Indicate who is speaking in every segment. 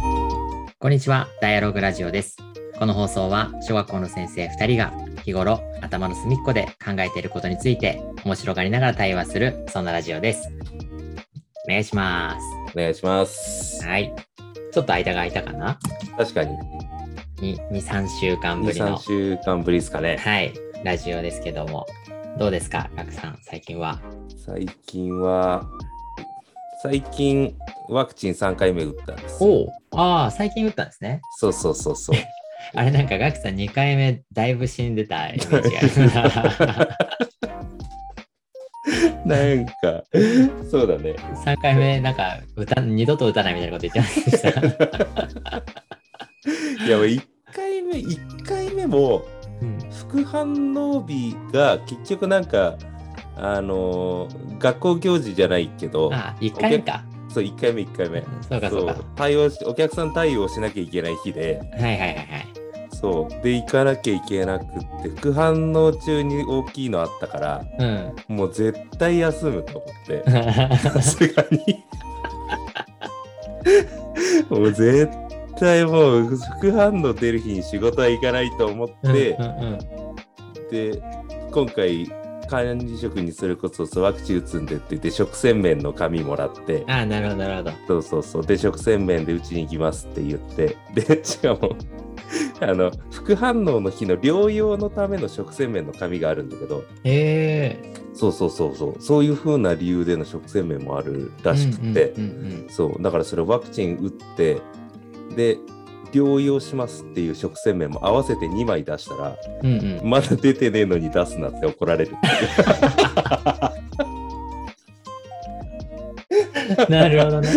Speaker 1: こんにちは、ダイアログラジオです。この放送は小学校の先生2人が日頃頭の隅っこで考えていることについて面白がりながら対話するそんなラジオです。お願いしま
Speaker 2: お願いします
Speaker 1: す。。はい。ちょっと間が空いたかな
Speaker 2: 確かに、
Speaker 1: に ?2、3週間
Speaker 2: 2、
Speaker 1: ぶり
Speaker 2: 3
Speaker 1: の、
Speaker 2: 週間ぶりですかね。
Speaker 1: はい、ラジオですけども、どうですか、ガクさん、最近は。
Speaker 2: 最近は、最近、ワクチン3回目打ったんです。
Speaker 1: おああ、最近打ったんですね。
Speaker 2: そうそうそうそう。
Speaker 1: あれなんかガクさん2回目だいぶ死んでたイメージがある
Speaker 2: なんか、そうだね。
Speaker 1: 3回目なんか歌二度と歌わないみたいなこと言ってました。
Speaker 2: いや、1回目、1回目も、
Speaker 1: うん
Speaker 2: 副反応日が結局なんか、あのー学校行事じゃないけど、
Speaker 1: あ、1回目か。
Speaker 2: そう、1回目、1回目。
Speaker 1: そうかそうか。
Speaker 2: 対応し、お客さん対応しなきゃいけない日で、
Speaker 1: はいはいはいはい。
Speaker 2: そうで行かなきゃいけなくって副反応中に大きいのあったから
Speaker 1: うん。
Speaker 2: もう絶対休むと思って さすがにもう絶対もう副反応出る日に仕事は行かないと思って
Speaker 1: うんうんうん
Speaker 2: で今回管理職にそれこそそうワクチン打つんでって言って食洗面の紙もらって
Speaker 1: あなるほどなるほど。
Speaker 2: そうそうそう。で、食洗面でうちに行きますって言って、で、しかも、 あの、副反応の日の療養のための食洗面の紙があるんだけど、
Speaker 1: へえ。
Speaker 2: そうそうそうそう、そういう風な理由での食洗面もあるらしくて、
Speaker 1: うんうん
Speaker 2: そう、だからそれワクチン打って、で、療養しますっていう食洗面も合わせて2枚出したら、
Speaker 1: うん。うんうん
Speaker 2: まだ出てねえのに出すなって怒られる っていう。
Speaker 1: なるほ どね。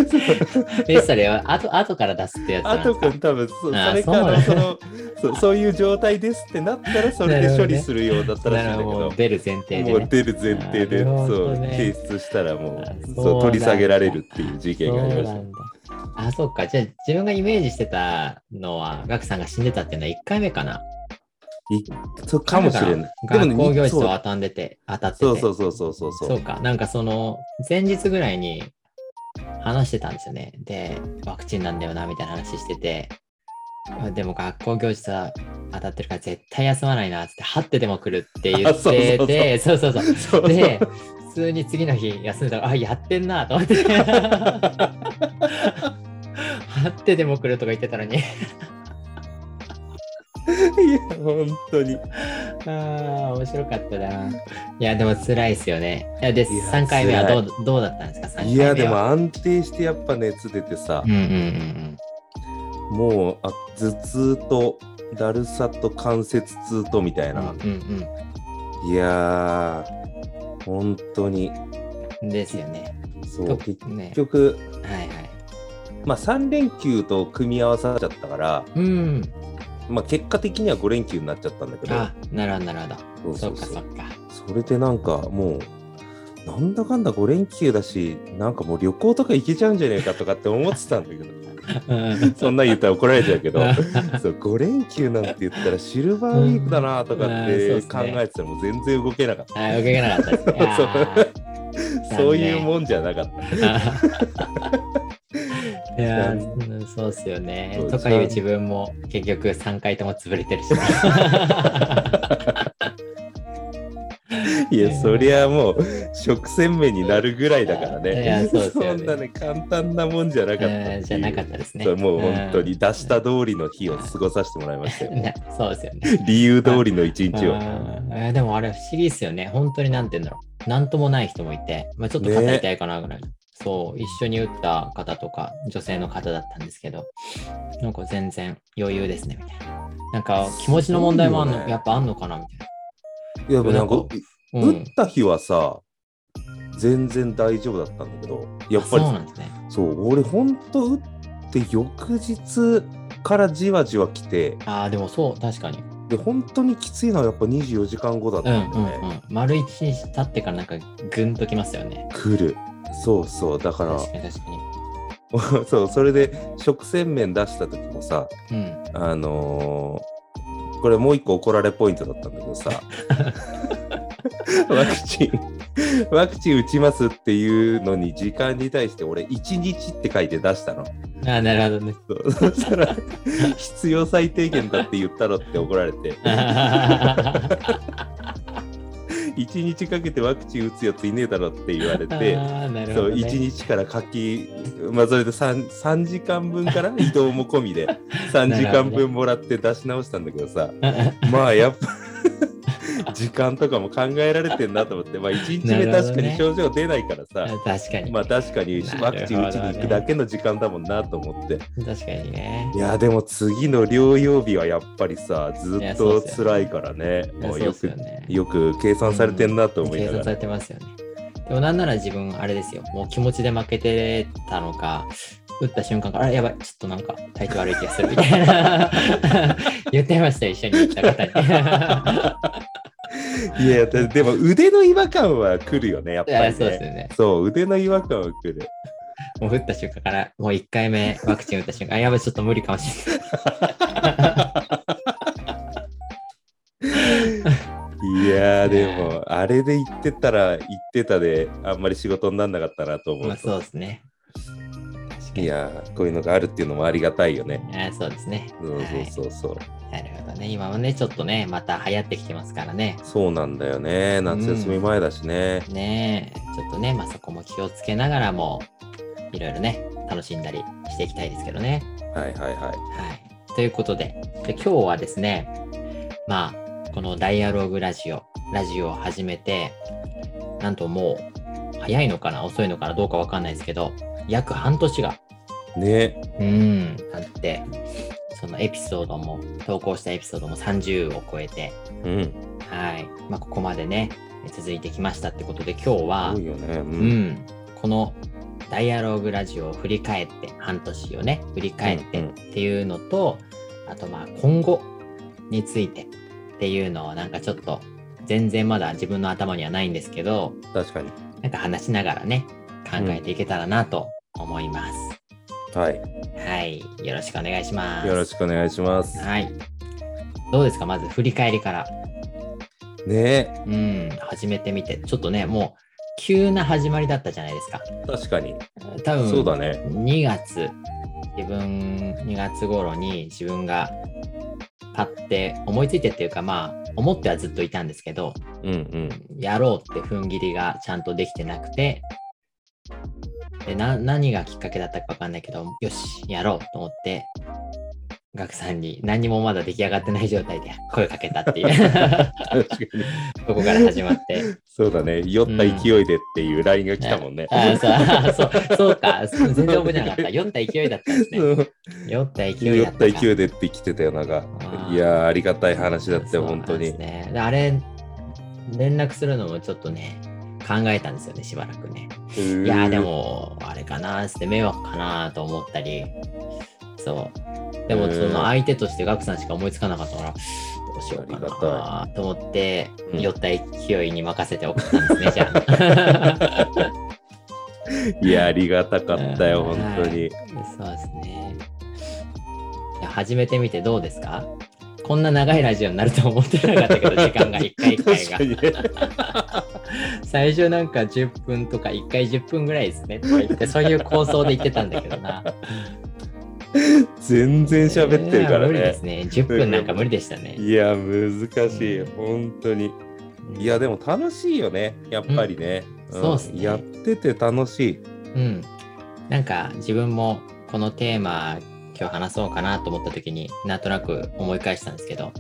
Speaker 1: え、それは後後から出すってやつな
Speaker 2: あ
Speaker 1: んで
Speaker 2: と
Speaker 1: すか
Speaker 2: く ん多分そそ
Speaker 1: あー
Speaker 2: れか
Speaker 1: そう
Speaker 2: ら
Speaker 1: なんだ
Speaker 2: そのそうそういう状態ですってなったらそれで処理するようだったらしいん
Speaker 1: な
Speaker 2: だ
Speaker 1: る
Speaker 2: け
Speaker 1: ほど。も
Speaker 2: ど
Speaker 1: う。出る前提で
Speaker 2: もう
Speaker 1: ね。
Speaker 2: 出る前提で、
Speaker 1: なるほ
Speaker 2: そ
Speaker 1: ど
Speaker 2: う
Speaker 1: ね
Speaker 2: 提出したらも
Speaker 1: あ
Speaker 2: う
Speaker 1: そう
Speaker 2: そう取り
Speaker 1: なんだ
Speaker 2: 下げられるっていう事
Speaker 1: そ
Speaker 2: 件があり
Speaker 1: う
Speaker 2: ま
Speaker 1: な
Speaker 2: し
Speaker 1: んだ。あ、そっか。じゃあ自分がイメージしてたのは、ガクさんが死んでたっていうのは1回目かな。
Speaker 2: た。そうかもしれない。で
Speaker 1: 学
Speaker 2: も
Speaker 1: 校行事と
Speaker 2: ね、そう
Speaker 1: 当たんでて、当たってて。
Speaker 2: そうそうそうそうそう
Speaker 1: そうか、なんかその前日ぐらいに話してたんですよね。で、ワクチンなんだよなみたいな話してて、でも学校行事さ当たってるから絶対休まないなっつって、張ってでも来るって言ってて、そうそうそう
Speaker 2: そうそう
Speaker 1: で、普通に次の日休んだら、あ、やってんなと思って。張ってでも来るとか言ってたのに、
Speaker 2: いや本当に。
Speaker 1: ああ、面白かったな。いや、でも辛いですよね。いやで、
Speaker 2: いや
Speaker 1: 3回目はどうどうだったんですか、3回目は。
Speaker 2: いやでも安定してやっぱ熱出てさ
Speaker 1: うん、うんうんうん。
Speaker 2: もうあ頭痛とだるさと関節痛とみたいな。
Speaker 1: うん
Speaker 2: いやー本当に
Speaker 1: うん、ですよね。
Speaker 2: そう結
Speaker 1: ね、
Speaker 2: 局
Speaker 1: はいはい。
Speaker 2: まあ3連休と組み合わさっちゃったから、
Speaker 1: うん。
Speaker 2: まあ、結果的には5連休になっちゃったんだけど
Speaker 1: あ、なるほどなるほ
Speaker 2: そう
Speaker 1: ど。そ
Speaker 2: そうう
Speaker 1: か
Speaker 2: そう
Speaker 1: そうか。
Speaker 2: それでなんかもうなんだかんだ5連休だしなんかもう旅行とか行けちゃうんじゃねえかとかって思ってたんだけど
Speaker 1: うん
Speaker 2: そんなん言ったら怒られちゃうけど
Speaker 1: うん
Speaker 2: そう5連休なんて言ったらシルバーウィークだなとかっ
Speaker 1: うんうん
Speaker 2: て
Speaker 1: そうっす
Speaker 2: 考
Speaker 1: ね
Speaker 2: えてたらもう全然動けなかっ
Speaker 1: あ、受けなかった ですね。あ
Speaker 2: たそういうもんじゃなかった
Speaker 1: ーいやー、うんそうっすよね
Speaker 2: そ。う
Speaker 1: とかいう自分も結局3回とも潰れてるし。
Speaker 2: いやそりゃもう食洗面になるぐらいだから
Speaker 1: いや
Speaker 2: ね
Speaker 1: そうですよね
Speaker 2: んなね簡単なもんじゃなかったって
Speaker 1: う
Speaker 2: い
Speaker 1: ん
Speaker 2: う
Speaker 1: じゃなかったですね。
Speaker 2: そうもう本当
Speaker 1: うん
Speaker 2: に出した通りの日を過ごさせてもらいましたよ。
Speaker 1: なそうですよね。
Speaker 2: 理由通りの一日を。
Speaker 1: うんえーでもあれ不思議ですよね。本当になんて言うんだろう。なんともない人もいて、まあ、ちょっと肩痛いかなぐらい、そう、一緒に打った方とか、女性の方だったんですけど、なんか全然余裕ですね、みたいな。なんか気持ちの問題もあん
Speaker 2: そ
Speaker 1: の、
Speaker 2: うよね
Speaker 1: やっぱあんのかな、みたい
Speaker 2: いやでもなんか、
Speaker 1: なんかな。う
Speaker 2: 打っ
Speaker 1: ん。
Speaker 2: た日はさ、全然大丈夫だったんだけど、や
Speaker 1: あ
Speaker 2: っ
Speaker 1: そ
Speaker 2: ぱ
Speaker 1: う
Speaker 2: り
Speaker 1: なんですね。
Speaker 2: そう俺本当打って翌日からじわじわ来て、
Speaker 1: ああ、でもそう、確かに。
Speaker 2: で本当にきついのはやっぱ24時間後だっ
Speaker 1: うんう
Speaker 2: たんだよね。
Speaker 1: んうん。丸一日経ってからなんかぐんときますよね。
Speaker 2: 来る。そうそうだか
Speaker 1: 確
Speaker 2: ら
Speaker 1: かに確か
Speaker 2: そうそれで食洗面出した時もさ
Speaker 1: に。うん。
Speaker 2: あのーこれもう一個怒られポイントだったんだけどさワクチンワクチン打ちますっていうのに時間に対して俺1日って書いて出したの
Speaker 1: うんあ、なるほどね。
Speaker 2: そうそしたら必要最低限だって言ったろって怒られて1日かけてワクチン打つやついねえだろって言われて
Speaker 1: あーなるほ
Speaker 2: そ
Speaker 1: どね、
Speaker 2: う1日から書き、まあ、それで 3, 3時間 分から移動も込みで3時間分もらって出し直したんだけ どさまあやっぱ 時間とかも考えられてんなと思って、まあ、1日
Speaker 1: なるほど
Speaker 2: 目
Speaker 1: ね
Speaker 2: 確かに症状出ないからさ、
Speaker 1: 確かに。
Speaker 2: まあ確かにワクチン打ちに行くだけの時間だもんなと思って、
Speaker 1: 確かにね
Speaker 2: い。やでも次の療養日はやっぱりさず
Speaker 1: い
Speaker 2: っ
Speaker 1: やそうっ
Speaker 2: と
Speaker 1: すよね
Speaker 2: 辛いからね
Speaker 1: そ
Speaker 2: も
Speaker 1: ううで
Speaker 2: よ
Speaker 1: す
Speaker 2: く
Speaker 1: よね。
Speaker 2: よく計算されてんなと思い
Speaker 1: 計算
Speaker 2: なが
Speaker 1: さ
Speaker 2: ら、
Speaker 1: れてますよね。でもなんなら自分、あれですよ。もう気持ちで負けてたのか、打った瞬間から、あれやばい、ちょっとなんか体調悪い気がするみたいな。 言ってましたよ、一緒に行った方に。
Speaker 2: いやででも腕の違和感は来るよねやっ
Speaker 1: い
Speaker 2: ぱり
Speaker 1: や
Speaker 2: ね
Speaker 1: そうですよね。
Speaker 2: そう腕の違和感は来る
Speaker 1: もう打った瞬間から、もう1回目、ワクチン打った瞬間、あ、やばい、ちょっと無理かもしれない。
Speaker 2: いやーでもあれで言ってたら言ってたであんまり仕事にならなかったなと思
Speaker 1: まあ
Speaker 2: うと、
Speaker 1: そうですね。確かに。
Speaker 2: いやーこういうのがあるっていうのもありがたいよね
Speaker 1: あそうですね。
Speaker 2: そう
Speaker 1: はい
Speaker 2: そうそうそう、
Speaker 1: なるほどね。今もね、ちょっとね、また流行ってきてますからね。
Speaker 2: そうなんだよね夏休み前だしね、
Speaker 1: ねえ、ちょっとね、まあ、そこも気をつけながらも、いろいろね、楽しんだりしていきたいですけどね。
Speaker 2: はいはいはい
Speaker 1: はい。ということで、で今日はですね、まあ、このダイアログラジオ、ラジオを始めて、なんともう、早いのかな、遅いのかな、どうかわかんないですけど、約半年が、
Speaker 2: ね
Speaker 1: うん、経って、そのエピソードも、投稿したエピソードも30を超えて、
Speaker 2: うん
Speaker 1: はい。まあ、ここまでね、続いてきましたってことで、今日は
Speaker 2: 多い、よね
Speaker 1: う
Speaker 2: う
Speaker 1: ん、このダイアログラジオを振り返って、半年をね、振り返って
Speaker 2: うんうん
Speaker 1: っていうのと、あとまあ今後についてっていうのをなんかちょっと全然まだ自分の頭にはないんですけど、
Speaker 2: 確かに
Speaker 1: なんか話しながらね、考えていけたらなと思います。
Speaker 2: はい
Speaker 1: はい。よろしくお願いします。
Speaker 2: よろしくお願いします
Speaker 1: はい。どうですかまず振り返りから。
Speaker 2: ね
Speaker 1: うん、始めてみて、ちょっとね、もう急な始まりだったじゃないですか。
Speaker 2: 確かに
Speaker 1: 多分
Speaker 2: そうだね
Speaker 1: 2月、自分、2月頃に自分が買って、思いついてっていうか、まあ、思ってはずっといたんですけど、
Speaker 2: うん うん
Speaker 1: やろうって踏ん切りがちゃんとできてなくて、でな何がきっかけだったかわかんないけど、よし、やろうと思って、ガクさんに何もまだ出来上がってない状態で 声かけたっていう、
Speaker 2: 確かに
Speaker 1: ここから始まって。
Speaker 2: そうだね酔った勢いでっていう LINE が来たもんね、
Speaker 1: あーそう そうそうか、全然覚えてなかった。酔った勢いだったんですね。
Speaker 2: うん
Speaker 1: 酔った勢い
Speaker 2: 酔
Speaker 1: だっ
Speaker 2: ったた
Speaker 1: か。
Speaker 2: 勢いでって来てたよなんか
Speaker 1: あー
Speaker 2: いやーありがたい話だって本当
Speaker 1: そう
Speaker 2: に
Speaker 1: なんですね、であれ、連絡するのもちょっとね、考えたんですよね、しばらくね。
Speaker 2: うーん
Speaker 1: いやー、でも、あれかな、って迷惑かなと思ったり、そう。で
Speaker 2: う
Speaker 1: も、
Speaker 2: ん
Speaker 1: その相手としてガクさんしか思いつかなかったから、どうしようか
Speaker 2: あ
Speaker 1: なと思って、
Speaker 2: うん
Speaker 1: 酔った勢いに任せて送ったんですね、じゃあ。
Speaker 2: いやありがたかったよ
Speaker 1: うん
Speaker 2: 本当に
Speaker 1: そうですね。いや始めてみてどうですかこんな長いラジオになると思ってなかったけど、時間が1回1回
Speaker 2: 確か
Speaker 1: が。
Speaker 2: にね
Speaker 1: 最初なんか10分とか1回10分ぐらいですねとか言って、そういう構想で言ってたんだけどな。
Speaker 2: 全然喋ってるから
Speaker 1: いや無理で
Speaker 2: ね
Speaker 1: すね。10分なんか無理でしたね。
Speaker 2: いや難しい
Speaker 1: うん
Speaker 2: 本当にいやでも楽しいよねやっぱりね、
Speaker 1: うんそうっすね
Speaker 2: やってて楽しい
Speaker 1: うん。なんか自分もこのテーマ今日話そうかなと思った時になんとなく思い返したんですけど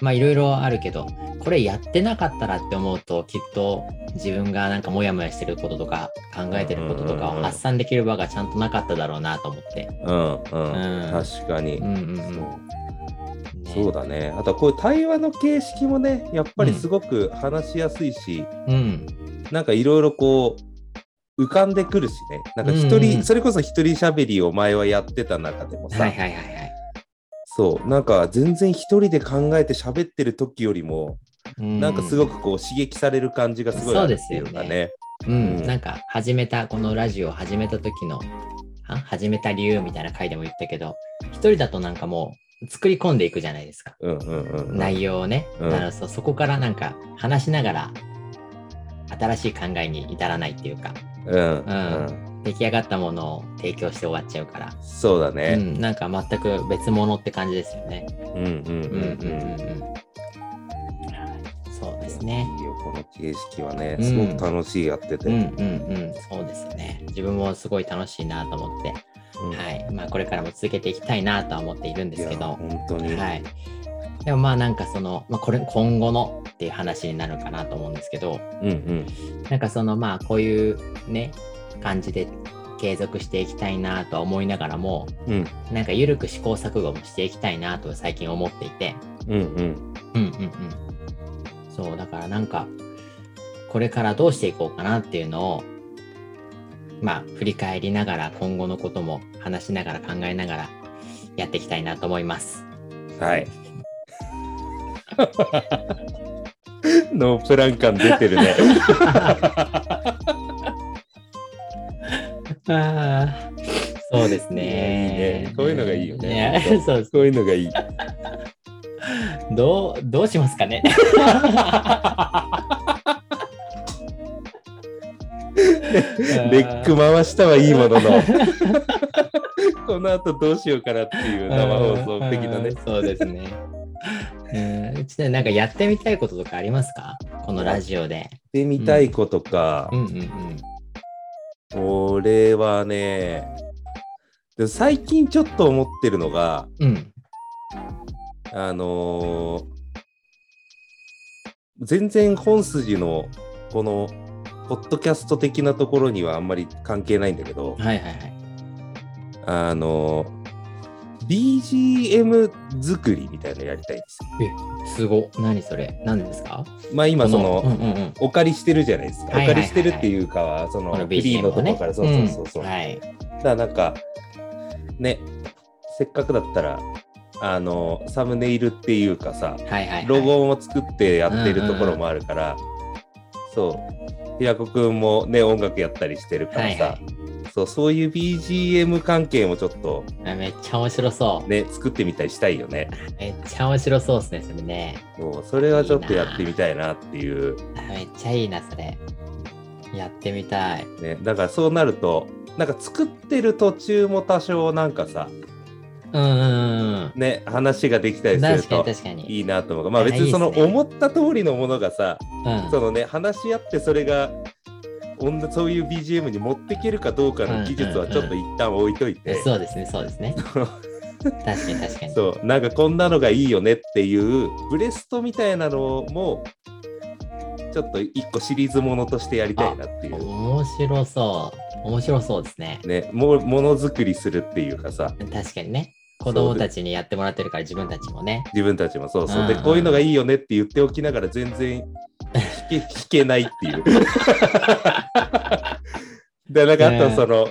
Speaker 1: まあいろいろあるけどこれやってなかったらって思うときっと自分がなんかモヤモヤしてることとか考えてることとか
Speaker 2: うんうんう
Speaker 1: を
Speaker 2: ん
Speaker 1: 発散できる場がちゃんとなかっただろうなと思って。
Speaker 2: うんうん、
Speaker 1: うん
Speaker 2: 確かに、
Speaker 1: うんうんうん。
Speaker 2: そ
Speaker 1: ね
Speaker 2: うそうだねあとはこういう対話の形式もねやっぱりすごく話しやすいし、
Speaker 1: うん。
Speaker 2: なんかいろいろこう浮かんでくるしねなんか一人、
Speaker 1: うんうんうん
Speaker 2: それこそ一人喋りを前はやってた中でもさ、
Speaker 1: はいはいはいはい。
Speaker 2: そうなんか全然一人で考えて喋ってる時よりも、
Speaker 1: うん
Speaker 2: なんかすごくこう刺激される感じがすごいあるっていうか
Speaker 1: そうですよ
Speaker 2: ね
Speaker 1: うん、
Speaker 2: うん
Speaker 1: なんか始めたこのラジオを始めた時のあ始めた理由みたいな回でも言ったけど一人だとなんかもう作り込んでいくじゃないですか
Speaker 2: うんうんうんうん
Speaker 1: 内容をね、
Speaker 2: うん
Speaker 1: だからそそこからなんか話しながら新しい考えに至らないっていうか、
Speaker 2: うん、う
Speaker 1: うん
Speaker 2: ん、
Speaker 1: 出来上がったものを提供して終わっちゃうから、
Speaker 2: そうだ
Speaker 1: う
Speaker 2: ね。
Speaker 1: ん、なんか全く別物って感じですよね。
Speaker 2: うん、うん、うん、
Speaker 1: うんうんう
Speaker 2: うん
Speaker 1: うん
Speaker 2: ん。
Speaker 1: はい。そうですね。
Speaker 2: いいよ、この形式はね、
Speaker 1: うん
Speaker 2: すごく楽しいやってて。
Speaker 1: うんうんうん、そうですね。自分もすごい楽しいなと思って、
Speaker 2: うん
Speaker 1: はい。まあこれからも続けていきたいなとは思っているんですけ
Speaker 2: いや
Speaker 1: ど、
Speaker 2: 本当に。
Speaker 1: はい。でもまあなんかその、まあこれ今後のっていう話になるかなと思うんですけど、
Speaker 2: うん、うん、
Speaker 1: なんかそのまあこういうね、感じで継続していきたいなとは思いながらも、
Speaker 2: うん、
Speaker 1: なんか緩く試行錯誤もしていきたいなと最近思っていて、
Speaker 2: うん、うん。
Speaker 1: うんうんうん。そう、だからなんか、これからどうしていこうかなっていうのを、まあ、振り返りながら、今後のことも話しながら考えながらやっていきたいなと思います。
Speaker 2: はい。 ノープラン感出てるね。
Speaker 1: ああ、そうです
Speaker 2: いいねいい
Speaker 1: ね
Speaker 2: ね。こういうのがいいよね
Speaker 1: いやそうです
Speaker 2: こういうのがいい。
Speaker 1: どう、どうしますかね。
Speaker 2: レック回したはいい ものの、この後どうしようかなっていう生放送的なね
Speaker 1: うん。そうですね。うんうちでなんかやってみたいこととかありますかこのラジオで。
Speaker 2: でみたいことか
Speaker 1: う、んうんうん。
Speaker 2: 俺はね、でも最近ちょっと思ってるのが、
Speaker 1: うん。
Speaker 2: あのー全然本筋のこの、ポッドキャスト的なところにはあんまり関係ないんだけど、
Speaker 1: はいはいはい。
Speaker 2: あのー BGM 作りみたいなのやりたいんです
Speaker 1: す
Speaker 2: よ。
Speaker 1: ご。何それ何ですか
Speaker 2: まあ今その、
Speaker 1: うんうんうん。
Speaker 2: お借りしてるじゃないですか。お
Speaker 1: はいはいはい
Speaker 2: 借りしてるっていうかは、その、
Speaker 1: この
Speaker 2: フリー
Speaker 1: BGM
Speaker 2: の
Speaker 1: を
Speaker 2: と
Speaker 1: ね。
Speaker 2: こから、そうそうそうそう。
Speaker 1: んはい。
Speaker 2: だからなんか、ね、せっかくだったら、あの、サムネイルっていうかさ、
Speaker 1: はいはいはい。
Speaker 2: ロゴも作ってやってるところもあるから、そう、平子くんもね、音楽やったりしてるからさ、
Speaker 1: はい
Speaker 2: そうそういう BGM 関係もちょっと
Speaker 1: あめっちゃ面白そう。
Speaker 2: ね、作ってみたりしたいよね。
Speaker 1: めっちゃ面白そうですね、それね。
Speaker 2: そうそれはちょっとやってみたいなっていう。
Speaker 1: あめっちゃいいな、それ。やってみたい。
Speaker 2: ね、だからそうなるとなんか作ってる途中も多少なんかさ
Speaker 1: うんうん
Speaker 2: ね話ができた
Speaker 1: うん。
Speaker 2: り
Speaker 1: 確
Speaker 2: する
Speaker 1: かに
Speaker 2: と
Speaker 1: 確かに。
Speaker 2: いいなと思うからまあ
Speaker 1: あ
Speaker 2: 別にその
Speaker 1: いいですね
Speaker 2: 思った通りのものがさ
Speaker 1: うん。
Speaker 2: そのね話し合ってそれがおんなそういう BGM に持っていけるかどうかの技術はちょっと一旦置いといて、
Speaker 1: そうですね、そうです ね。確かに確かに。
Speaker 2: そうなんかこんなのがいいよねっていうブレストみたいなのもちょっと一個シリーズものとしてやりたいなっていう
Speaker 1: 面白そう。面白そうですね。
Speaker 2: ねもものづくりするっていうかさ
Speaker 1: 確かにね。子供たちにやってもらってるから自分たちもね。
Speaker 2: 自分たちもそうそう、
Speaker 1: うん
Speaker 2: で
Speaker 1: うん
Speaker 2: こういうのがいいよねって言っておきながら全然弾 け弾けないっていう。 でなんかあ
Speaker 1: ねえ
Speaker 2: とその、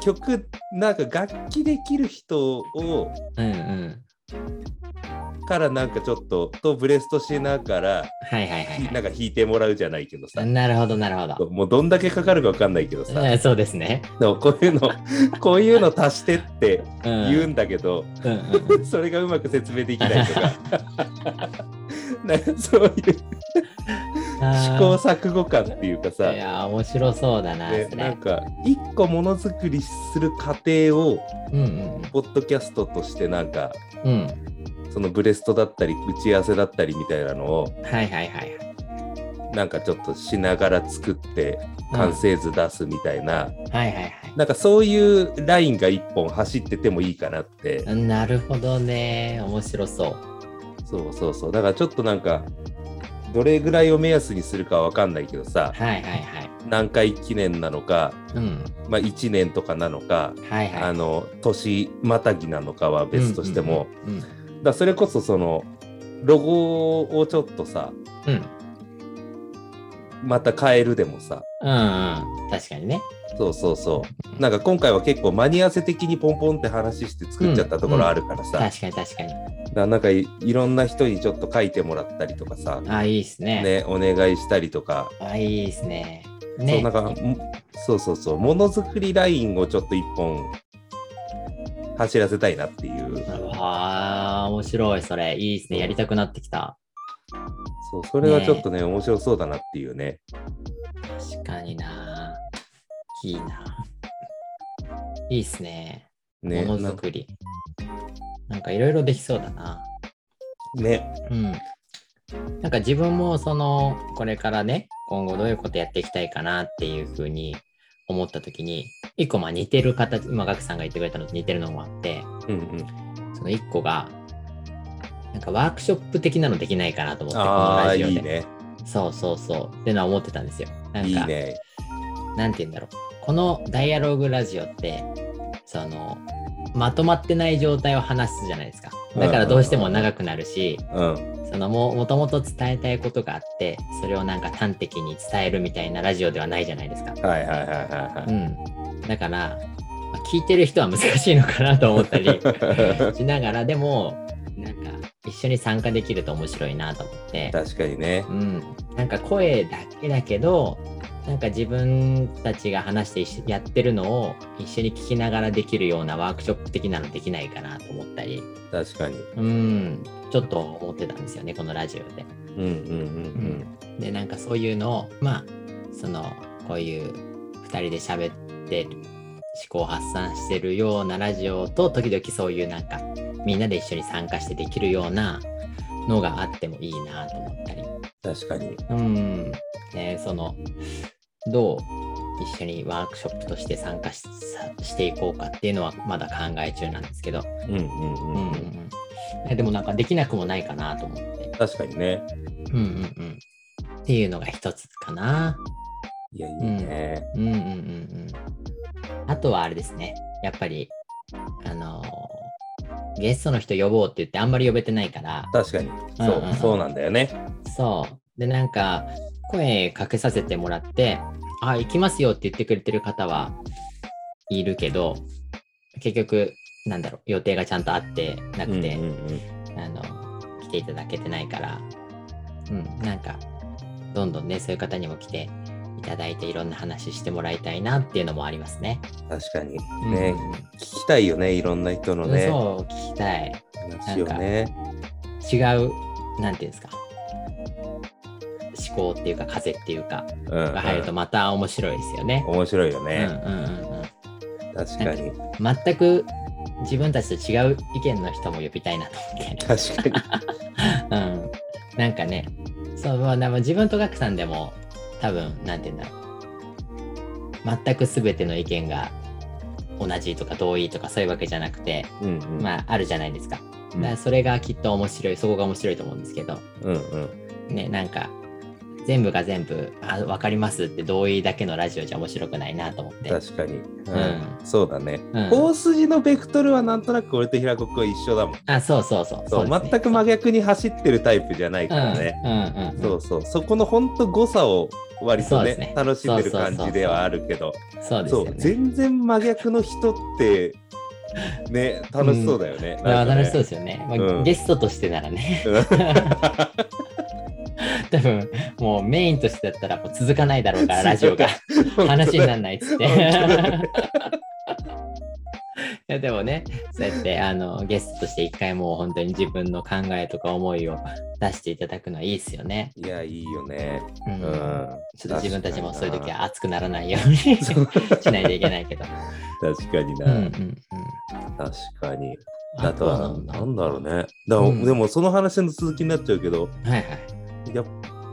Speaker 2: 曲なんか楽器できる人を
Speaker 1: うんうん。
Speaker 2: からなんかちょっととブレストしながら
Speaker 1: はいはいはい
Speaker 2: ひ
Speaker 1: は
Speaker 2: なんか弾いてもらうじゃないけどさ
Speaker 1: い。。なるほどなるほど。
Speaker 2: もうどんだけかかるかわかんないけどさ、
Speaker 1: うんそうですね。
Speaker 2: でもこういうのこういうの足してって
Speaker 1: うん
Speaker 2: 言うんだけど、
Speaker 1: うんうんうん
Speaker 2: それがうまく説明できな いとかなんかそういう試行錯誤感っていうか
Speaker 1: あ
Speaker 2: さ、
Speaker 1: ーいやー、面白そうだな、
Speaker 2: ね
Speaker 1: そ
Speaker 2: なん
Speaker 1: れ。
Speaker 2: か一個ものづくりする過程を
Speaker 1: うんうん
Speaker 2: ポッドキャストとしてなんか
Speaker 1: うん。
Speaker 2: そのブレストだったり打ち合わせだったりみたいなのを
Speaker 1: うん。はいはいはい。
Speaker 2: なんかちょっとしながら作って完成図出すみたいな、
Speaker 1: うんはいはいはい
Speaker 2: なんかそういうラインが一本走っててもいいかなって、
Speaker 1: うん。なるほどね。面白そう。
Speaker 2: そうそうそうだからちょっとなんかどれぐらいを目安にするかわかんないけどさ
Speaker 1: はいはいはい。
Speaker 2: 何回記念なのか、
Speaker 1: うん。
Speaker 2: まあ、1年とかなのか
Speaker 1: はいはい。
Speaker 2: あの年またぎなのかは別としても、
Speaker 1: うんうん
Speaker 2: だからそれこそそのロゴをちょっとさ
Speaker 1: うん。うん。
Speaker 2: また変えるでもさ
Speaker 1: うんうん。確かにね。
Speaker 2: そうそうそうなんか今回は結構間に合わせ的にポンポンって話して作っちゃったところあるからさ、だか
Speaker 1: 確かに確かに。
Speaker 2: らなんかいいろんな人にちょっと書いてもらったりとかさ、
Speaker 1: あー、いいですね。
Speaker 2: ね、お願いしたりとか、
Speaker 1: あー、いいですね。
Speaker 2: そ
Speaker 1: ね。
Speaker 2: うなんかんそうそうそうものづくりラインをちょっと一本走らせたいなっていう
Speaker 1: ああ、面白い、それ。いいですね。やりたくなってきた。
Speaker 2: そう、それはちょっとね、面白そうだなっていうね。
Speaker 1: 確かにな。いいな。いいっすね。
Speaker 2: ね、
Speaker 1: もの
Speaker 2: な
Speaker 1: づくり。なんかいろいろできそうだな。
Speaker 2: ね、
Speaker 1: うん。なんか自分もそのこれからね今後どういうことやっていきたいかなっていうふうに思った時に一個まあ似てる形今ガクさんが言ってくれたのと似てるのもあって
Speaker 2: うんうん。
Speaker 1: その一個がなんかワークショップ的なのできないかなと思ってこ
Speaker 2: あ
Speaker 1: の
Speaker 2: あ、
Speaker 1: ラジオで
Speaker 2: いいね。
Speaker 1: そうそうそうってのは思ってたんですよなんか
Speaker 2: いいね。
Speaker 1: なんて言うんだろうこのダイアログラジオってそのまとまってない状態を話すじゃないですかだからどうしても長くなるし、
Speaker 2: うん。
Speaker 1: そのももともと伝えたいことがあってそれをなんか端的に伝えるみたいなラジオではないじゃないですか。
Speaker 2: はいはいはいはいは
Speaker 1: うん、
Speaker 2: い。
Speaker 1: だからまあ聞いてる人は難しいのかなと思ったり しながらでもなんか一緒に参加できると面白いなと思って、
Speaker 2: 確かにね
Speaker 1: う。ん、なんか声だけだけどなんか自分たちが話して一緒やってるのを一緒に聞きながらできるようなワークショップ的なのできないかなと思ったり、
Speaker 2: 確かに。
Speaker 1: うん、ちょっと思ってたんですよねこのラジオで。
Speaker 2: うんうんうん
Speaker 1: でなんかそういうのをまあそのこういう2人で喋ってる思考発散してるようなラジオと時々そういうなんかみんなで一緒に参加してできるようなのがあってもいいなと思ったり
Speaker 2: うん。確かに。
Speaker 1: うんでそのどう一緒にワークショップとして参加しさしていこうかっていうのはまだ考え中なんですけど、
Speaker 2: う
Speaker 1: う
Speaker 2: んうんうん
Speaker 1: うん
Speaker 2: ん
Speaker 1: う
Speaker 2: うん。
Speaker 1: んえ、でもなんかできなくもないかなと思って
Speaker 2: 確かにね。
Speaker 1: うんうんうん。っていうのが一つかな。
Speaker 2: いや、いいね。
Speaker 1: うんうんうんうん。あとはあれですね。やっぱり、あのーゲストの人呼ぼうって言ってあんまり呼べてないから、
Speaker 2: 確かに。そ
Speaker 1: うんうん
Speaker 2: う、そうなんだよね。
Speaker 1: そう。で、なんか、声かけさせてもらって、あ、行きますよって言ってくれてる方はいるけど、結局、なんだろう、予定がちゃんとあってな
Speaker 2: うんう
Speaker 1: く
Speaker 2: ん
Speaker 1: て、
Speaker 2: うん。
Speaker 1: あの来ていただけてないから、うん、なんかどんどんねそういう方にも来ていただいていろんな話してもらいたいなっていうのもありますね。
Speaker 2: 確かに。
Speaker 1: うん
Speaker 2: ね、聞きたいよね、いろんな人のね、
Speaker 1: そう聞きたい
Speaker 2: 話をね。
Speaker 1: 違うなんていうんですか思考っていうか風っていうか
Speaker 2: うんうん
Speaker 1: が入るとまた面白いですよね。
Speaker 2: 面白いよ
Speaker 1: うん
Speaker 2: ね。
Speaker 1: うんうんうん
Speaker 2: 確か に。
Speaker 1: 全く自分たちと違う意見の人も呼びたいなと思って。
Speaker 2: 確かに。
Speaker 1: うん、なんかね、そう、まあ、でも自分とガクさんでも、多分、なんて言うんだろう。全く全ての意見が同じとか同意とかそういうわけじゃなくて、
Speaker 2: うんうん。
Speaker 1: まあ、あるじゃないですか。
Speaker 2: う
Speaker 1: だから
Speaker 2: ん
Speaker 1: それがきっと面白い、そこが面白いと思うんですけど、
Speaker 2: うんうん。
Speaker 1: ね、なんか、全部が全部、あ、わかりますって同意だけのラジオじゃ面白くないなと思って。
Speaker 2: 確かに。うんん。そうだね。
Speaker 1: うん
Speaker 2: 大筋のベクトルはなんとなく俺と平子君は一緒だもん。
Speaker 1: あ、そうそうそう。
Speaker 2: そう、
Speaker 1: ですね
Speaker 2: 全く真逆に走ってるタイプじゃないからね。
Speaker 1: うん、うん、うん。
Speaker 2: そうそう、そこのほんと誤差を割
Speaker 1: そ
Speaker 2: と
Speaker 1: う
Speaker 2: ね
Speaker 1: ですね
Speaker 2: 楽しんでる感じではあるけど、
Speaker 1: そうです
Speaker 2: そ
Speaker 1: よ
Speaker 2: う,、
Speaker 1: ね。
Speaker 2: 全然真逆の人ってね楽しそうだよね。
Speaker 1: まあ、楽しそう
Speaker 2: う
Speaker 1: ですよね。まあ
Speaker 2: うん
Speaker 1: ゲストとしてならね、
Speaker 2: ん
Speaker 1: 多分もうメインとしてだったらもう続かないだ ろうから、ラジオが話にならないっつって。いやでもね、そうやってあのゲストとして一回もう本当に自分の考えとか思いを出していただくのはいいですよね。
Speaker 2: いやいいよね。
Speaker 1: うん
Speaker 2: うん。
Speaker 1: ちょっと自分たちもそういう時
Speaker 2: は
Speaker 1: は熱くならないように し
Speaker 2: そう
Speaker 1: ないといけないけど。
Speaker 2: 確かに
Speaker 1: うんう
Speaker 2: な、
Speaker 1: んうん。
Speaker 2: 確かに。 あと
Speaker 1: な
Speaker 2: は
Speaker 1: んだ
Speaker 2: なんだろうね。だから
Speaker 1: うん
Speaker 2: でもその話の続きになっちゃうけど、
Speaker 1: はいはい。
Speaker 2: やっ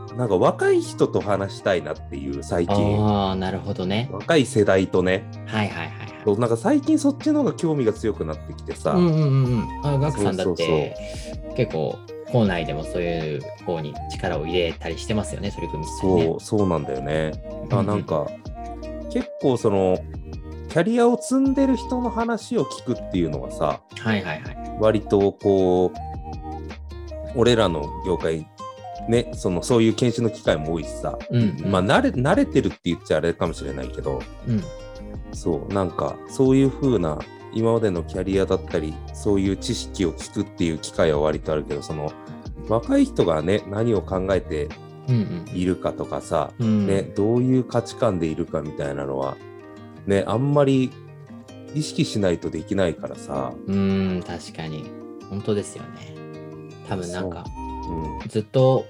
Speaker 2: ぱなんか若い人と話したいなっていう最近
Speaker 1: ああ、なるほどね。
Speaker 2: 若い世代とね。
Speaker 1: はいはいはいはい。
Speaker 2: そうなんか最近そっちの方が興味が強くなってきてさ、
Speaker 1: うんうんうんうん。あ、ガクさんだ
Speaker 2: そ
Speaker 1: っ
Speaker 2: うそうそう
Speaker 1: て、結構、校内でもそういう方に力を入れたりしてますよね、取り組み自体ね。
Speaker 2: そうそうなんだよね。
Speaker 1: うん
Speaker 2: あなん。か結構そのキャリアを積んでる人の話を聞くっていうのはさ
Speaker 1: はいはいはい。
Speaker 2: 割とこう俺らの業界ねそのそういう研修の機会も多いしさ、
Speaker 1: うん、うん。
Speaker 2: まあ慣れ慣れてるって言っちゃあれかもしれないけど
Speaker 1: うん。
Speaker 2: そうなんかそういう風な今までのキャリアだったりそういう知識を聞くっていう機会は割とあるけどその若い人がね何を考えて
Speaker 1: うん
Speaker 2: いるかとかさ
Speaker 1: うん。うん。
Speaker 2: ね、どういう価値観でいるかみたいなのは、ね、あんまり意識しないとできないからさ、
Speaker 1: うーん、確かに。本当ですよね。多分なんか、
Speaker 2: うん、
Speaker 1: ずっと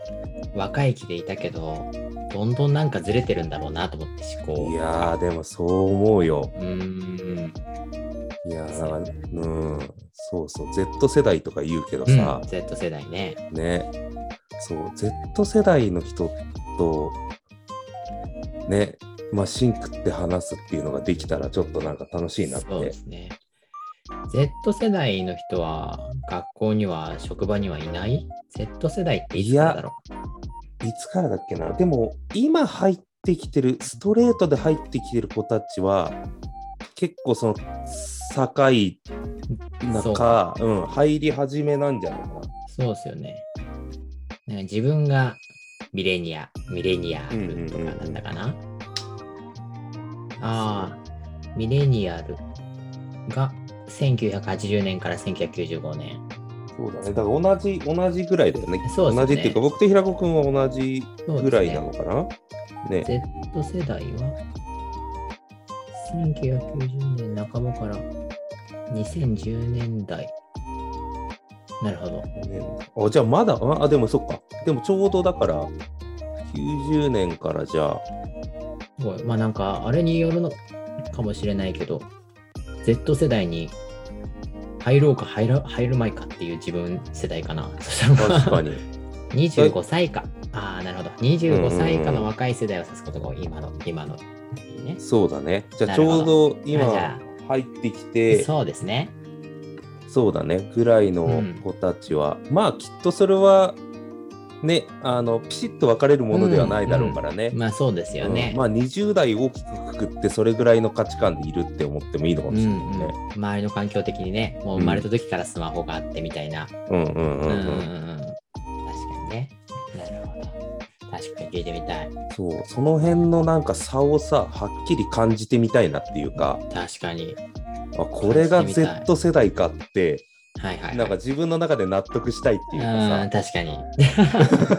Speaker 1: 若い気でいたけど、どんどんなんかずれてるんだろうなと思って思考。
Speaker 2: いやー、でもそう思うよ。
Speaker 1: うーん。
Speaker 2: いやー、
Speaker 1: そう
Speaker 2: うん、そうそう、Z 世代とか言うけどさ
Speaker 1: うん、、Z 世代ね。
Speaker 2: ね、そう、Z 世代の人と、ね、まあ、シンクって話すっていうのができたら、ちょっとなんか楽しいなって。
Speaker 1: そうですね。Z 世代の人は学校には職場にはいない ?Z 世代っていつからだろ
Speaker 2: いつからだっけな、でも、今入ってきてる、ストレートで入ってきてる子たちは、結構その、境中、うん、入り始めなんじゃないかな。
Speaker 1: うそうですよね。なんか自分がミレニア、ミレニアルとかだったかな、ああ、ミレニアルが1980年から1995年。
Speaker 2: そうだね。だから同じ、同じぐらいだよね。
Speaker 1: そうですね
Speaker 2: 同じっていうか、僕と平子くんは同じ
Speaker 1: そう
Speaker 2: ぐらい
Speaker 1: です
Speaker 2: な
Speaker 1: ね
Speaker 2: のかなね
Speaker 1: Z 世代は1990年半ばから2010年代。なるほど。
Speaker 2: ねあ、じゃあまだ、あ、あでもそっか。でもちょうどだから、90年からじゃあ、
Speaker 1: すごい。まあなんか、あれによるのかもしれないけど、Z 世代に入ろうか入ら入る前かっていう自分世代かな。 そしたら
Speaker 2: 確か に。
Speaker 1: 25歳か。ああ、なるほど。25歳以下の若い世代を指すことが多い今の、今の。いいね。
Speaker 2: そうだね。じゃあ
Speaker 1: な
Speaker 2: ち
Speaker 1: るほ
Speaker 2: ょ
Speaker 1: ど
Speaker 2: うど
Speaker 1: あじ
Speaker 2: 今
Speaker 1: ゃ
Speaker 2: 入ってきて、
Speaker 1: そうですね。
Speaker 2: そうだね。ぐらいの子たちは、まあきっとそれは、ね、あのピシッと分かれるものではないだろうからね。
Speaker 1: まあそうですよね。
Speaker 2: うんまあ20代大きくくくってそれぐらいの価値観でいるって思ってもいいのかもしれないね。
Speaker 1: 周りの環境的にねもう生まれた時からスマホがあってみたいな、
Speaker 2: うんうんう
Speaker 1: うんん
Speaker 2: う
Speaker 1: うんんうんうん、確かにねなるほど確かに聞いてみたい
Speaker 2: そうその辺のなんか差をさはっきり感じてみたいなっていうか
Speaker 1: 確かに
Speaker 2: あこれが
Speaker 1: 感じてみたい
Speaker 2: Z 世代かって
Speaker 1: はいはい、はい、
Speaker 2: なんか自分の中で納得したいっていう
Speaker 1: う
Speaker 2: か
Speaker 1: ん確かに
Speaker 2: さ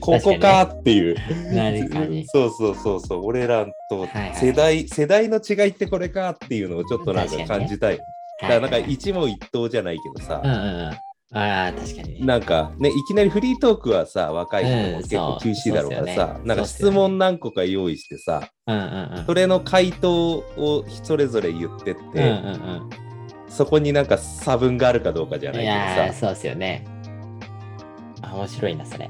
Speaker 2: ここかっていう
Speaker 1: 何かに
Speaker 2: そうそうそうそう俺らと
Speaker 1: はいはい
Speaker 2: 世代世代の違いってこれかっていうのをちょっとなんか
Speaker 1: 確かに
Speaker 2: 感
Speaker 1: ね
Speaker 2: じたいだからなんか一問一答じゃないけどさ
Speaker 1: うんうんうんああ確かにね
Speaker 2: なんかね、いきなりフリートークはさ、若い人も結構
Speaker 1: うん
Speaker 2: 厳しいだろうから
Speaker 1: そうそうっす
Speaker 2: さ、
Speaker 1: よね
Speaker 2: なんか質問何個か用意してさ、
Speaker 1: うんうんう
Speaker 2: そ
Speaker 1: ん
Speaker 2: れの回答をそれぞれ言ってって、
Speaker 1: うんうん
Speaker 2: そこになんか差分があるかどうかじゃ
Speaker 1: うん
Speaker 2: ないい
Speaker 1: や
Speaker 2: け
Speaker 1: ー
Speaker 2: どさ、
Speaker 1: そうですよねあ面白いなそれ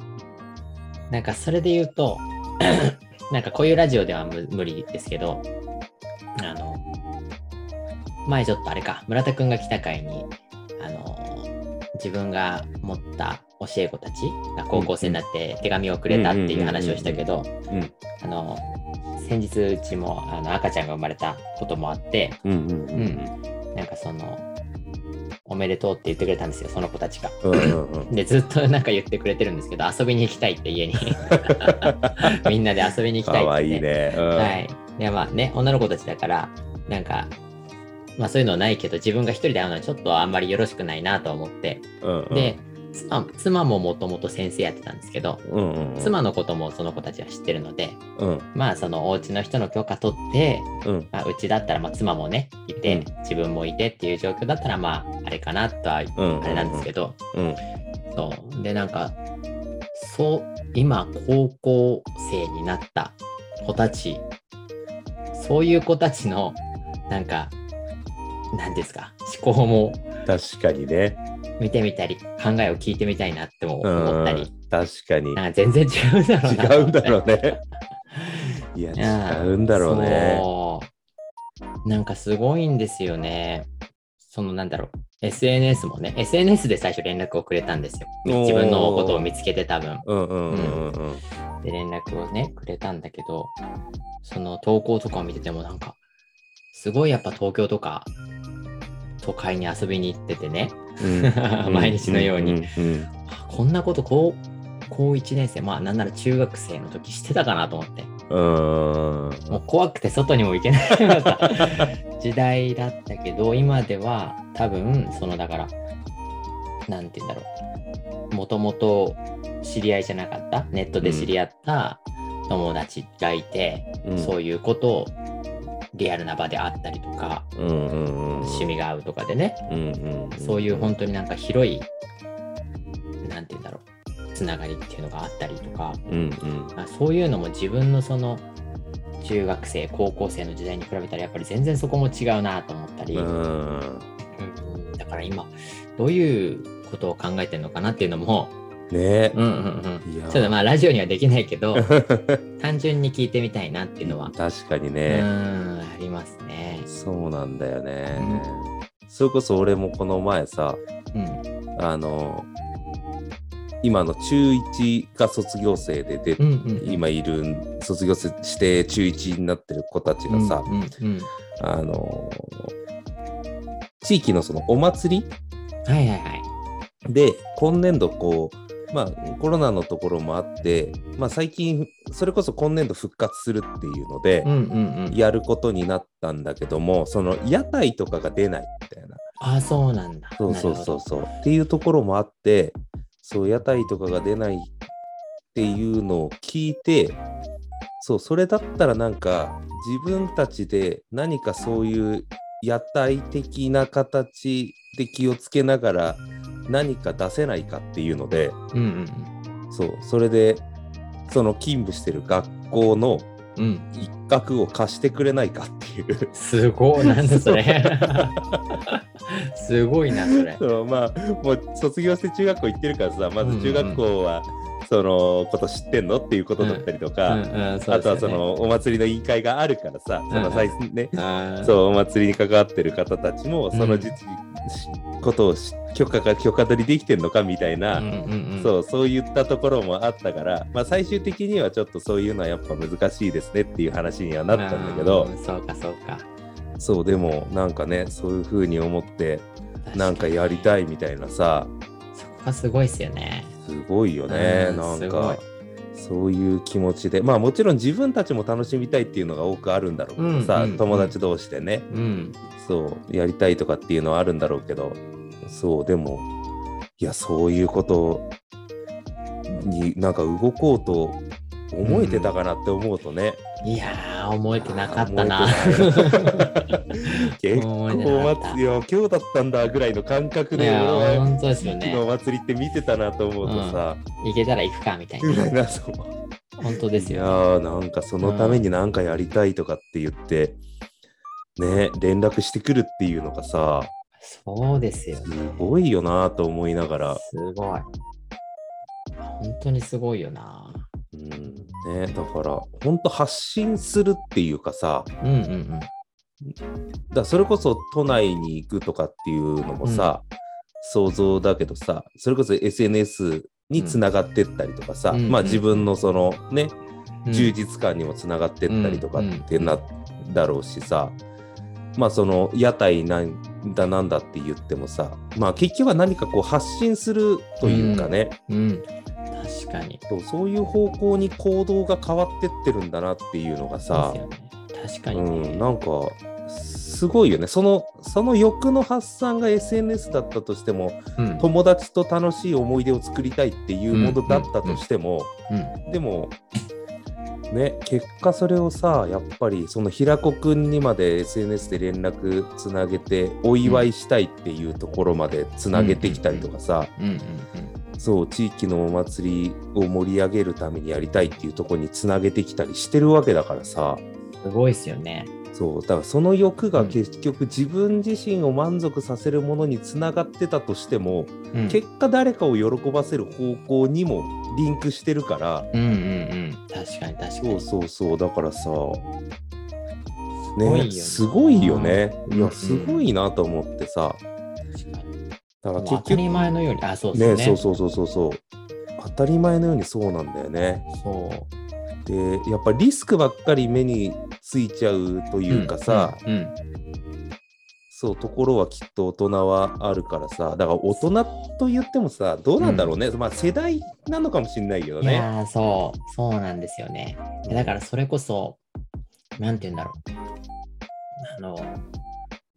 Speaker 1: なんかそれで言うと なんかこういうラジオでは無無理ですけどあの前ちょっとあれか村田くんが来た回にあの自分が持った教え子たちが高校生になって手紙をくれたっていう話をしたけど
Speaker 2: うん
Speaker 1: あの先日うちもあの赤ちゃんが生まれたこともあって
Speaker 2: うんうんうん
Speaker 1: なんかそのおめでとうって言ってくれたんですよその子たちが。
Speaker 2: うんうんうん
Speaker 1: でずっとなんか言ってくれてるんですけど遊びに行きたいって 家にみんなで遊びに行き
Speaker 2: か
Speaker 1: たいって言って
Speaker 2: わいいね。うん
Speaker 1: はいいやまあね女の子たちだからなんかまあそういうのはないけど自分が一人で会うのはちょっとあんまりよろしくないなと思って
Speaker 2: うんうん
Speaker 1: で妻妻ももともと先生やってたんですけど
Speaker 2: うんうんうん
Speaker 1: 妻のこともその子たちは知ってるので
Speaker 2: うん
Speaker 1: まあそのお家の人の許可取って、
Speaker 2: うん
Speaker 1: まあ、うちだったらまあ妻もねいて、
Speaker 2: うん
Speaker 1: 自分もいてっていう状況だったらまああれかなとは
Speaker 2: うん
Speaker 1: あれなんですけど、
Speaker 2: うん
Speaker 1: そう。で、なんか、そう、今、高校生になった子たち、そういう子たちの、なんか、なんですか、思考も
Speaker 2: 確かにね。
Speaker 1: 見てみたり、考えを聞いてみたいなっても
Speaker 2: うん
Speaker 1: 思ったり、
Speaker 2: 確かに。
Speaker 1: なんか全然違うんだろうな。
Speaker 2: 違うんだろうね。い
Speaker 1: いや
Speaker 2: や、
Speaker 1: ー
Speaker 2: 違うんだろうね。
Speaker 1: そうなんかすごいんですよね。そのなんだろう。SNS もね、SNS で最初連絡をくれたんですよ。自分のことを見つけて多分。
Speaker 2: うんうんうんうんうん。
Speaker 1: で連絡をねくれたんだけどその投稿とかを見ててもなんかすごいやっぱ東京とか都会に遊びに行っててね 毎日のように
Speaker 2: んうんうん
Speaker 1: あこんなこと高高1年生まあなんなら中学生の時してたかなと思って
Speaker 2: うーん
Speaker 1: もう怖くて外にも行けないようなさ時代だったけど今では多分そのだからなんて言うんだろうもともと知り合いじゃなかったネットで知り合った友達がいて、そういうことをリアルな場であったりとか、
Speaker 2: うんうんうん
Speaker 1: 趣味が合うとかでね、
Speaker 2: うんうんん
Speaker 1: そういう本当になんか広い、なんて言うんだろう、つながりっていうのがあったりとか、
Speaker 2: うんうん
Speaker 1: あそういうのも自分のその中学生高校生の時代に比べたらやっぱり全然そこも違うなと思ったり、
Speaker 2: うん
Speaker 1: うんだから今どういうことを考えてるのかなっていうのも、
Speaker 2: ね
Speaker 1: うんうん
Speaker 2: い
Speaker 1: うん、ちょ
Speaker 2: や
Speaker 1: っとまあラジオにはできないけ ど
Speaker 2: 確
Speaker 1: 単純に聞いてみたいなっていうのは、
Speaker 2: かに
Speaker 1: う
Speaker 2: ね、
Speaker 1: ん、ありますね。
Speaker 2: そうなんだよね、それこそ俺もこの前さ
Speaker 1: うん
Speaker 2: あの今の中1が卒業生で出て
Speaker 1: うんうん
Speaker 2: 今いる卒業して中1になってる子たちがさ、
Speaker 1: うんうんうん
Speaker 2: あの地域のそのお祭り
Speaker 1: はいはいはい。
Speaker 2: で今年度こうまあコロナのところもあって、まあ、最近それこそ今年度復活するっていうので
Speaker 1: うんうんうん。
Speaker 2: やることになったんだけどもその屋台とかが出ないみたいな
Speaker 1: あ、そうなんだ。
Speaker 2: そうそうそう
Speaker 1: う。
Speaker 2: そうっていうところもあってそう屋台とかが出ないっていうのを聞いてそうそれだったらなんか自分たちで何かそういう屋台的な形で気をつけながら何か出せないかっていうので
Speaker 1: うんうん
Speaker 2: そうそれでその勤務してる学校の
Speaker 1: うん。うん。
Speaker 2: 一角を貸してくれないかっていう。
Speaker 1: すごい。なんだそ れ。すごいな、それ。
Speaker 2: そうまあもう卒業して中学校行ってるからさまず中学校はそのこと知ってんのっていうことだったりとか、
Speaker 1: うんうん、そう
Speaker 2: あ
Speaker 1: ですよ
Speaker 2: と
Speaker 1: ね
Speaker 2: はそ、のお祭りの委員会があるからさ、その最ね、
Speaker 1: あー
Speaker 2: そうお祭りに関わってる方たちもその
Speaker 1: うん
Speaker 2: じ、ことをし許可か許可取りできてんのかみたいな、
Speaker 1: うんうんうん、
Speaker 2: そうそういったところもあったから、まあ、最終的にはちょっとそういうのはやっぱ難しいですねっていう話にはなったんだけど、
Speaker 1: うんそうかそうか
Speaker 2: そうでもなんかねそういうふうに思ってなんかやり
Speaker 1: い
Speaker 2: たいみたいなさ
Speaker 1: そこがすごいですよね
Speaker 2: すごいよね、
Speaker 1: うん
Speaker 2: なん
Speaker 1: すごい
Speaker 2: かそういう気持ちでまあもちろん自分たちも楽しみたいっていうのが多くあるんだろうけどさ、
Speaker 1: うんうんうん
Speaker 2: 友達同士でね
Speaker 1: うん
Speaker 2: そうやりたいとかっていうのはあるんだろうけどそうでもいやそういうことになんか動こうと思えてたかなって思うとね、
Speaker 1: いやー思えてなかったな
Speaker 2: あー結構
Speaker 1: 思えてなかった
Speaker 2: 待つよ今日だったんだぐらいの感 覚
Speaker 1: い
Speaker 2: で
Speaker 1: や
Speaker 2: 俺
Speaker 1: ー
Speaker 2: は
Speaker 1: 本当です
Speaker 2: 地
Speaker 1: よ
Speaker 2: 域のお
Speaker 1: ね
Speaker 2: 祭りって見てたなと思うとさ、
Speaker 1: 行けたら行くかみたい
Speaker 2: みた
Speaker 1: ない
Speaker 2: なそう
Speaker 1: 本当です
Speaker 2: いや
Speaker 1: よ
Speaker 2: ーなんかそのために何かやりたいとかって言って、ね連絡してくるっていうのがさ
Speaker 1: そうですよ
Speaker 2: す
Speaker 1: ね
Speaker 2: ごいよなと思いながら、
Speaker 1: すごい本当にすごいよな
Speaker 2: うんね、だからほんと発信するっていうかさだか
Speaker 1: うんうんうん
Speaker 2: らそれこそ都内に行くとかっていうのもさ、想像だけどさそれこそ SNS につながってったりとかさ、
Speaker 1: うん
Speaker 2: まあ
Speaker 1: うん
Speaker 2: 自分のそのね、
Speaker 1: うん
Speaker 2: 充実感にもつながってったりとかってなだろうしさ、まあその屋台なんだなんだって言ってもさまあ結局は何かこう発信するというかね、
Speaker 1: うん確かに
Speaker 2: そうそういう方向に行動が変わってってるんだなっていうのが
Speaker 1: そう
Speaker 2: さ、
Speaker 1: ですよね確か
Speaker 2: う
Speaker 1: にね
Speaker 2: ん、なんかすごいよねそのその欲の発散が SNS だったとしても
Speaker 1: うん
Speaker 2: 友達と楽しい思い出を作りたいっていうものだったとしても、
Speaker 1: うん
Speaker 2: でも、ね、結果それをさ、やっぱりその平子くんにまで SNS で連絡つなげて、お祝いしたいっていうところまでつなげてきたりとかさ、
Speaker 1: うん
Speaker 2: そう、地域のお祭りを盛り上げるためにやりたいっていうところにつなげてきたりしてるわけだからさ、
Speaker 1: うんすごいですよね
Speaker 2: そう、だからその欲が結局自分自身を満足させるものにつながってたとしても、
Speaker 1: うん
Speaker 2: 結果誰かを喜ばせる方向にもリンクしてるから、
Speaker 1: うんうんうん確かに確か
Speaker 2: そう
Speaker 1: に
Speaker 2: そうそうだからさ
Speaker 1: ごいよ
Speaker 2: ね
Speaker 1: ね
Speaker 2: すごいよねい
Speaker 1: うん
Speaker 2: やすごいなと思ってさ
Speaker 1: 確かに
Speaker 2: だから
Speaker 1: もう当
Speaker 2: 結
Speaker 1: たり
Speaker 2: 局
Speaker 1: 前のように、あ、そうですね。
Speaker 2: ねそうそうそうそうそう当たり前のようにそうなんだよね
Speaker 1: そ
Speaker 2: でやっぱリスクばっかり目についちゃうと
Speaker 1: う。
Speaker 2: いうかさ、
Speaker 1: うん、うん
Speaker 2: そうところはきっと大人はあるからさだから大人と言ってもさどうなんだろうね、まあ世代なのかもしれないけど
Speaker 1: い
Speaker 2: ね
Speaker 1: やー、そう、そうなんですよね。いやだから、それこそ、なんて言うんだろう。あの、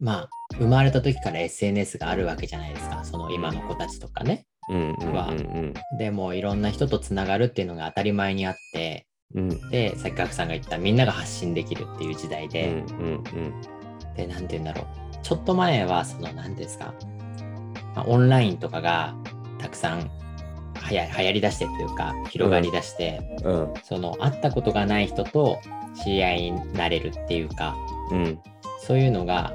Speaker 1: まあ、生まれた時から SNS があるわけじゃないですか、その今の子たちとかね。
Speaker 2: うんうんうん
Speaker 1: でもう、いろんな人とつながるっていうのが当たり前にあって、
Speaker 2: うんうん
Speaker 1: で、さっきガクさんが言った、みんなが発信できるっていう時代
Speaker 2: うん
Speaker 1: で、
Speaker 2: うんうん
Speaker 1: で、なんて言うんだろう。ちょっと前は、その、なんていうんですか、まあ、オンラインとかがたくさんはや流行りだしてっていうか広がりだして、
Speaker 2: うん
Speaker 1: その会ったことがない人と知り合いになれるっていうか
Speaker 2: うん
Speaker 1: そういうのが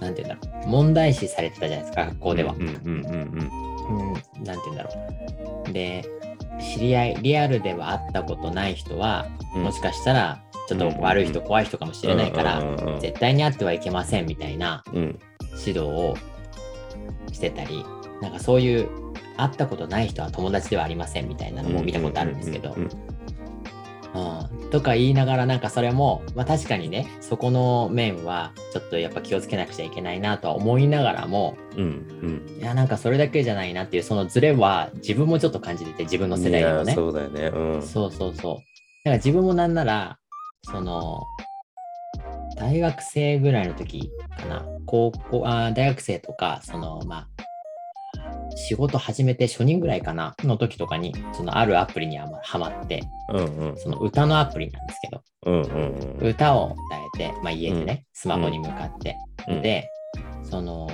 Speaker 1: なんて言うんだろう問題視されてたじゃないですか学校では
Speaker 2: う。んうんうんうん
Speaker 1: うん、なんて言うんだろう。で、知り合い、リアルでは会ったことない人は、
Speaker 2: うん
Speaker 1: もしかしたら、ちょっと悪い人、
Speaker 2: う
Speaker 1: 怖い人かもしれないから、
Speaker 2: うんうんうん
Speaker 1: 絶対に会ってはいけませんみたいな
Speaker 2: うん
Speaker 1: 指導をしてたり、なんかそういう、会ったことない人は友達ではありませんみたいなのも見たことあるんですけど、
Speaker 2: うんうん
Speaker 1: うん、とか言いながらなんかそれも、まあ、確かにねそこの面はちょっとやっぱ気をつけなくちゃいけないなとは思いながらも、
Speaker 2: うん
Speaker 1: いやなんかそれだけじゃないなっていうそのズレは自分もちょっと感じてて自分
Speaker 2: う
Speaker 1: の
Speaker 2: ん
Speaker 1: 世代でも
Speaker 2: いや
Speaker 1: ねそう
Speaker 2: そうだよねうん
Speaker 1: そうそうだから自分もなんならその大学生ぐらいの時かな高校あー大学生とかそのまあ仕事始めて初任ぐらいかなの時とかにそのあるアプリにはまハマって
Speaker 2: うんうん
Speaker 1: その歌のアプリなんですけど
Speaker 2: うんうんうん
Speaker 1: 歌を歌えて、まあ、家でね、
Speaker 2: う
Speaker 1: スマホに向かって、
Speaker 2: うん
Speaker 1: でその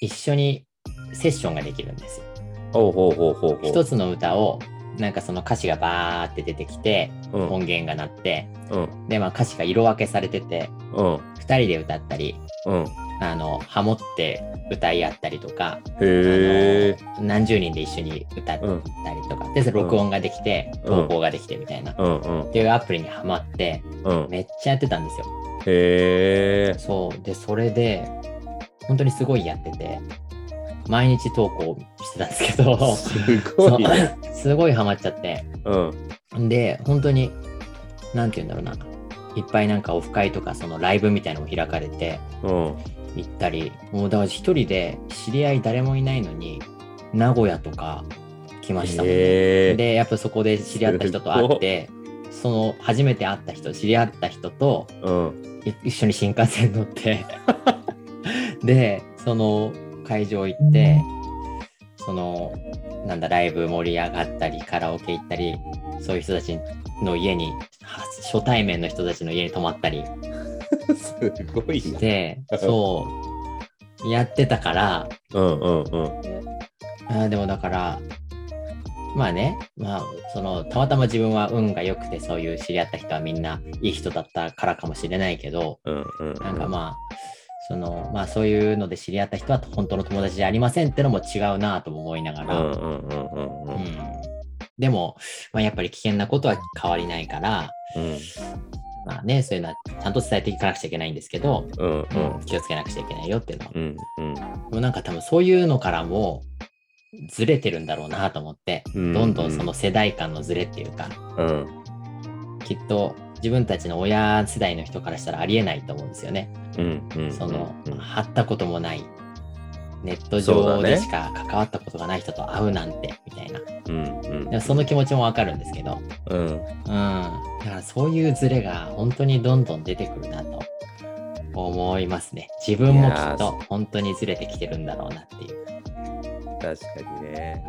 Speaker 1: 一緒にセッションができるんですよ
Speaker 2: ほうほうほうほうほう
Speaker 1: 一つの歌をなんかその歌詞がバーって出てきて
Speaker 2: うん
Speaker 1: 音源が鳴って
Speaker 2: うん
Speaker 1: でまあ歌詞が色分けされてて
Speaker 2: うん
Speaker 1: 2人で歌ったり
Speaker 2: うん
Speaker 1: あのハモって歌い合ったりとか、
Speaker 2: へえ
Speaker 1: あの何十人で一緒に歌った
Speaker 2: うん
Speaker 1: りとかでそれ録音ができて
Speaker 2: うん
Speaker 1: 投稿ができてみたいな、っ
Speaker 2: うんうん
Speaker 1: ていうアプリにはまって
Speaker 2: うん
Speaker 1: めっちゃやってたんですよ
Speaker 2: へえ
Speaker 1: そう。で、それで、本当にすごいやってて、毎日投稿してたんですけど、
Speaker 2: すごいね
Speaker 1: そう すごいハマっちゃって。
Speaker 2: うん
Speaker 1: で、本当に、なんて言うんだろうな。いっぱいなんかオフ会とか、そのライブみたいなのも開かれて、
Speaker 2: うん
Speaker 1: 行ったり、もうだから一人で知り合い誰もいないのに、名古屋とか来ましたもんね。
Speaker 2: へえ
Speaker 1: で、やっぱそこで知り合った人と会って、その初めて会った人、知り合った人と、
Speaker 2: うん
Speaker 1: い一緒に新幹線乗って でその会場行ってそのなんだライブ盛り上がったりカラオケ行ったりそういう人たちの家には初対面の人たちの家に泊まったり
Speaker 2: すごい
Speaker 1: し
Speaker 2: な
Speaker 1: てそうやってたから
Speaker 2: うんうんうん
Speaker 1: あーでもだからまあね、まあ、そのたまたま自分は運が良くてそういう知り合った人はみんないい人だったからかもしれないけど、
Speaker 2: うんうん
Speaker 1: なんかまあ、そのまあそういうので知り合った人は本当の友達じゃありませんってのも違うなとも思いなが
Speaker 2: う
Speaker 1: ら、
Speaker 2: んうんうんうんう
Speaker 1: うんんでも、まあ、やっぱり危険なことは変わりないから、
Speaker 2: うん
Speaker 1: まあね、そういうのはちゃんと伝えていかなくちゃいけないんですけど、
Speaker 2: うんうん
Speaker 1: 気をつけなくちゃいけないよっていうのは、
Speaker 2: うんうん
Speaker 1: でもなんか多分そういうのからもずれてるんだろうなと思って、
Speaker 2: うん
Speaker 1: どんどんその世代間のずれっていうか、
Speaker 2: うん
Speaker 1: きっと自分たちの親世代の人からしたらありえないと思うんですよね。
Speaker 2: うんうん
Speaker 1: その
Speaker 2: うん、
Speaker 1: 会ったこともない、ネット
Speaker 2: そう
Speaker 1: 上
Speaker 2: だね
Speaker 1: でしか関わったことがない人と会うなんて、みたいな。で
Speaker 2: うんうん
Speaker 1: もその気持ちもわかるんですけど、
Speaker 2: うん
Speaker 1: うん。だからそういうズレが本当にどんどん出てくるなと思いますね。自分もきっ
Speaker 2: いや
Speaker 1: と本当にズレてきてるんだろうなっていう。
Speaker 2: 確かにね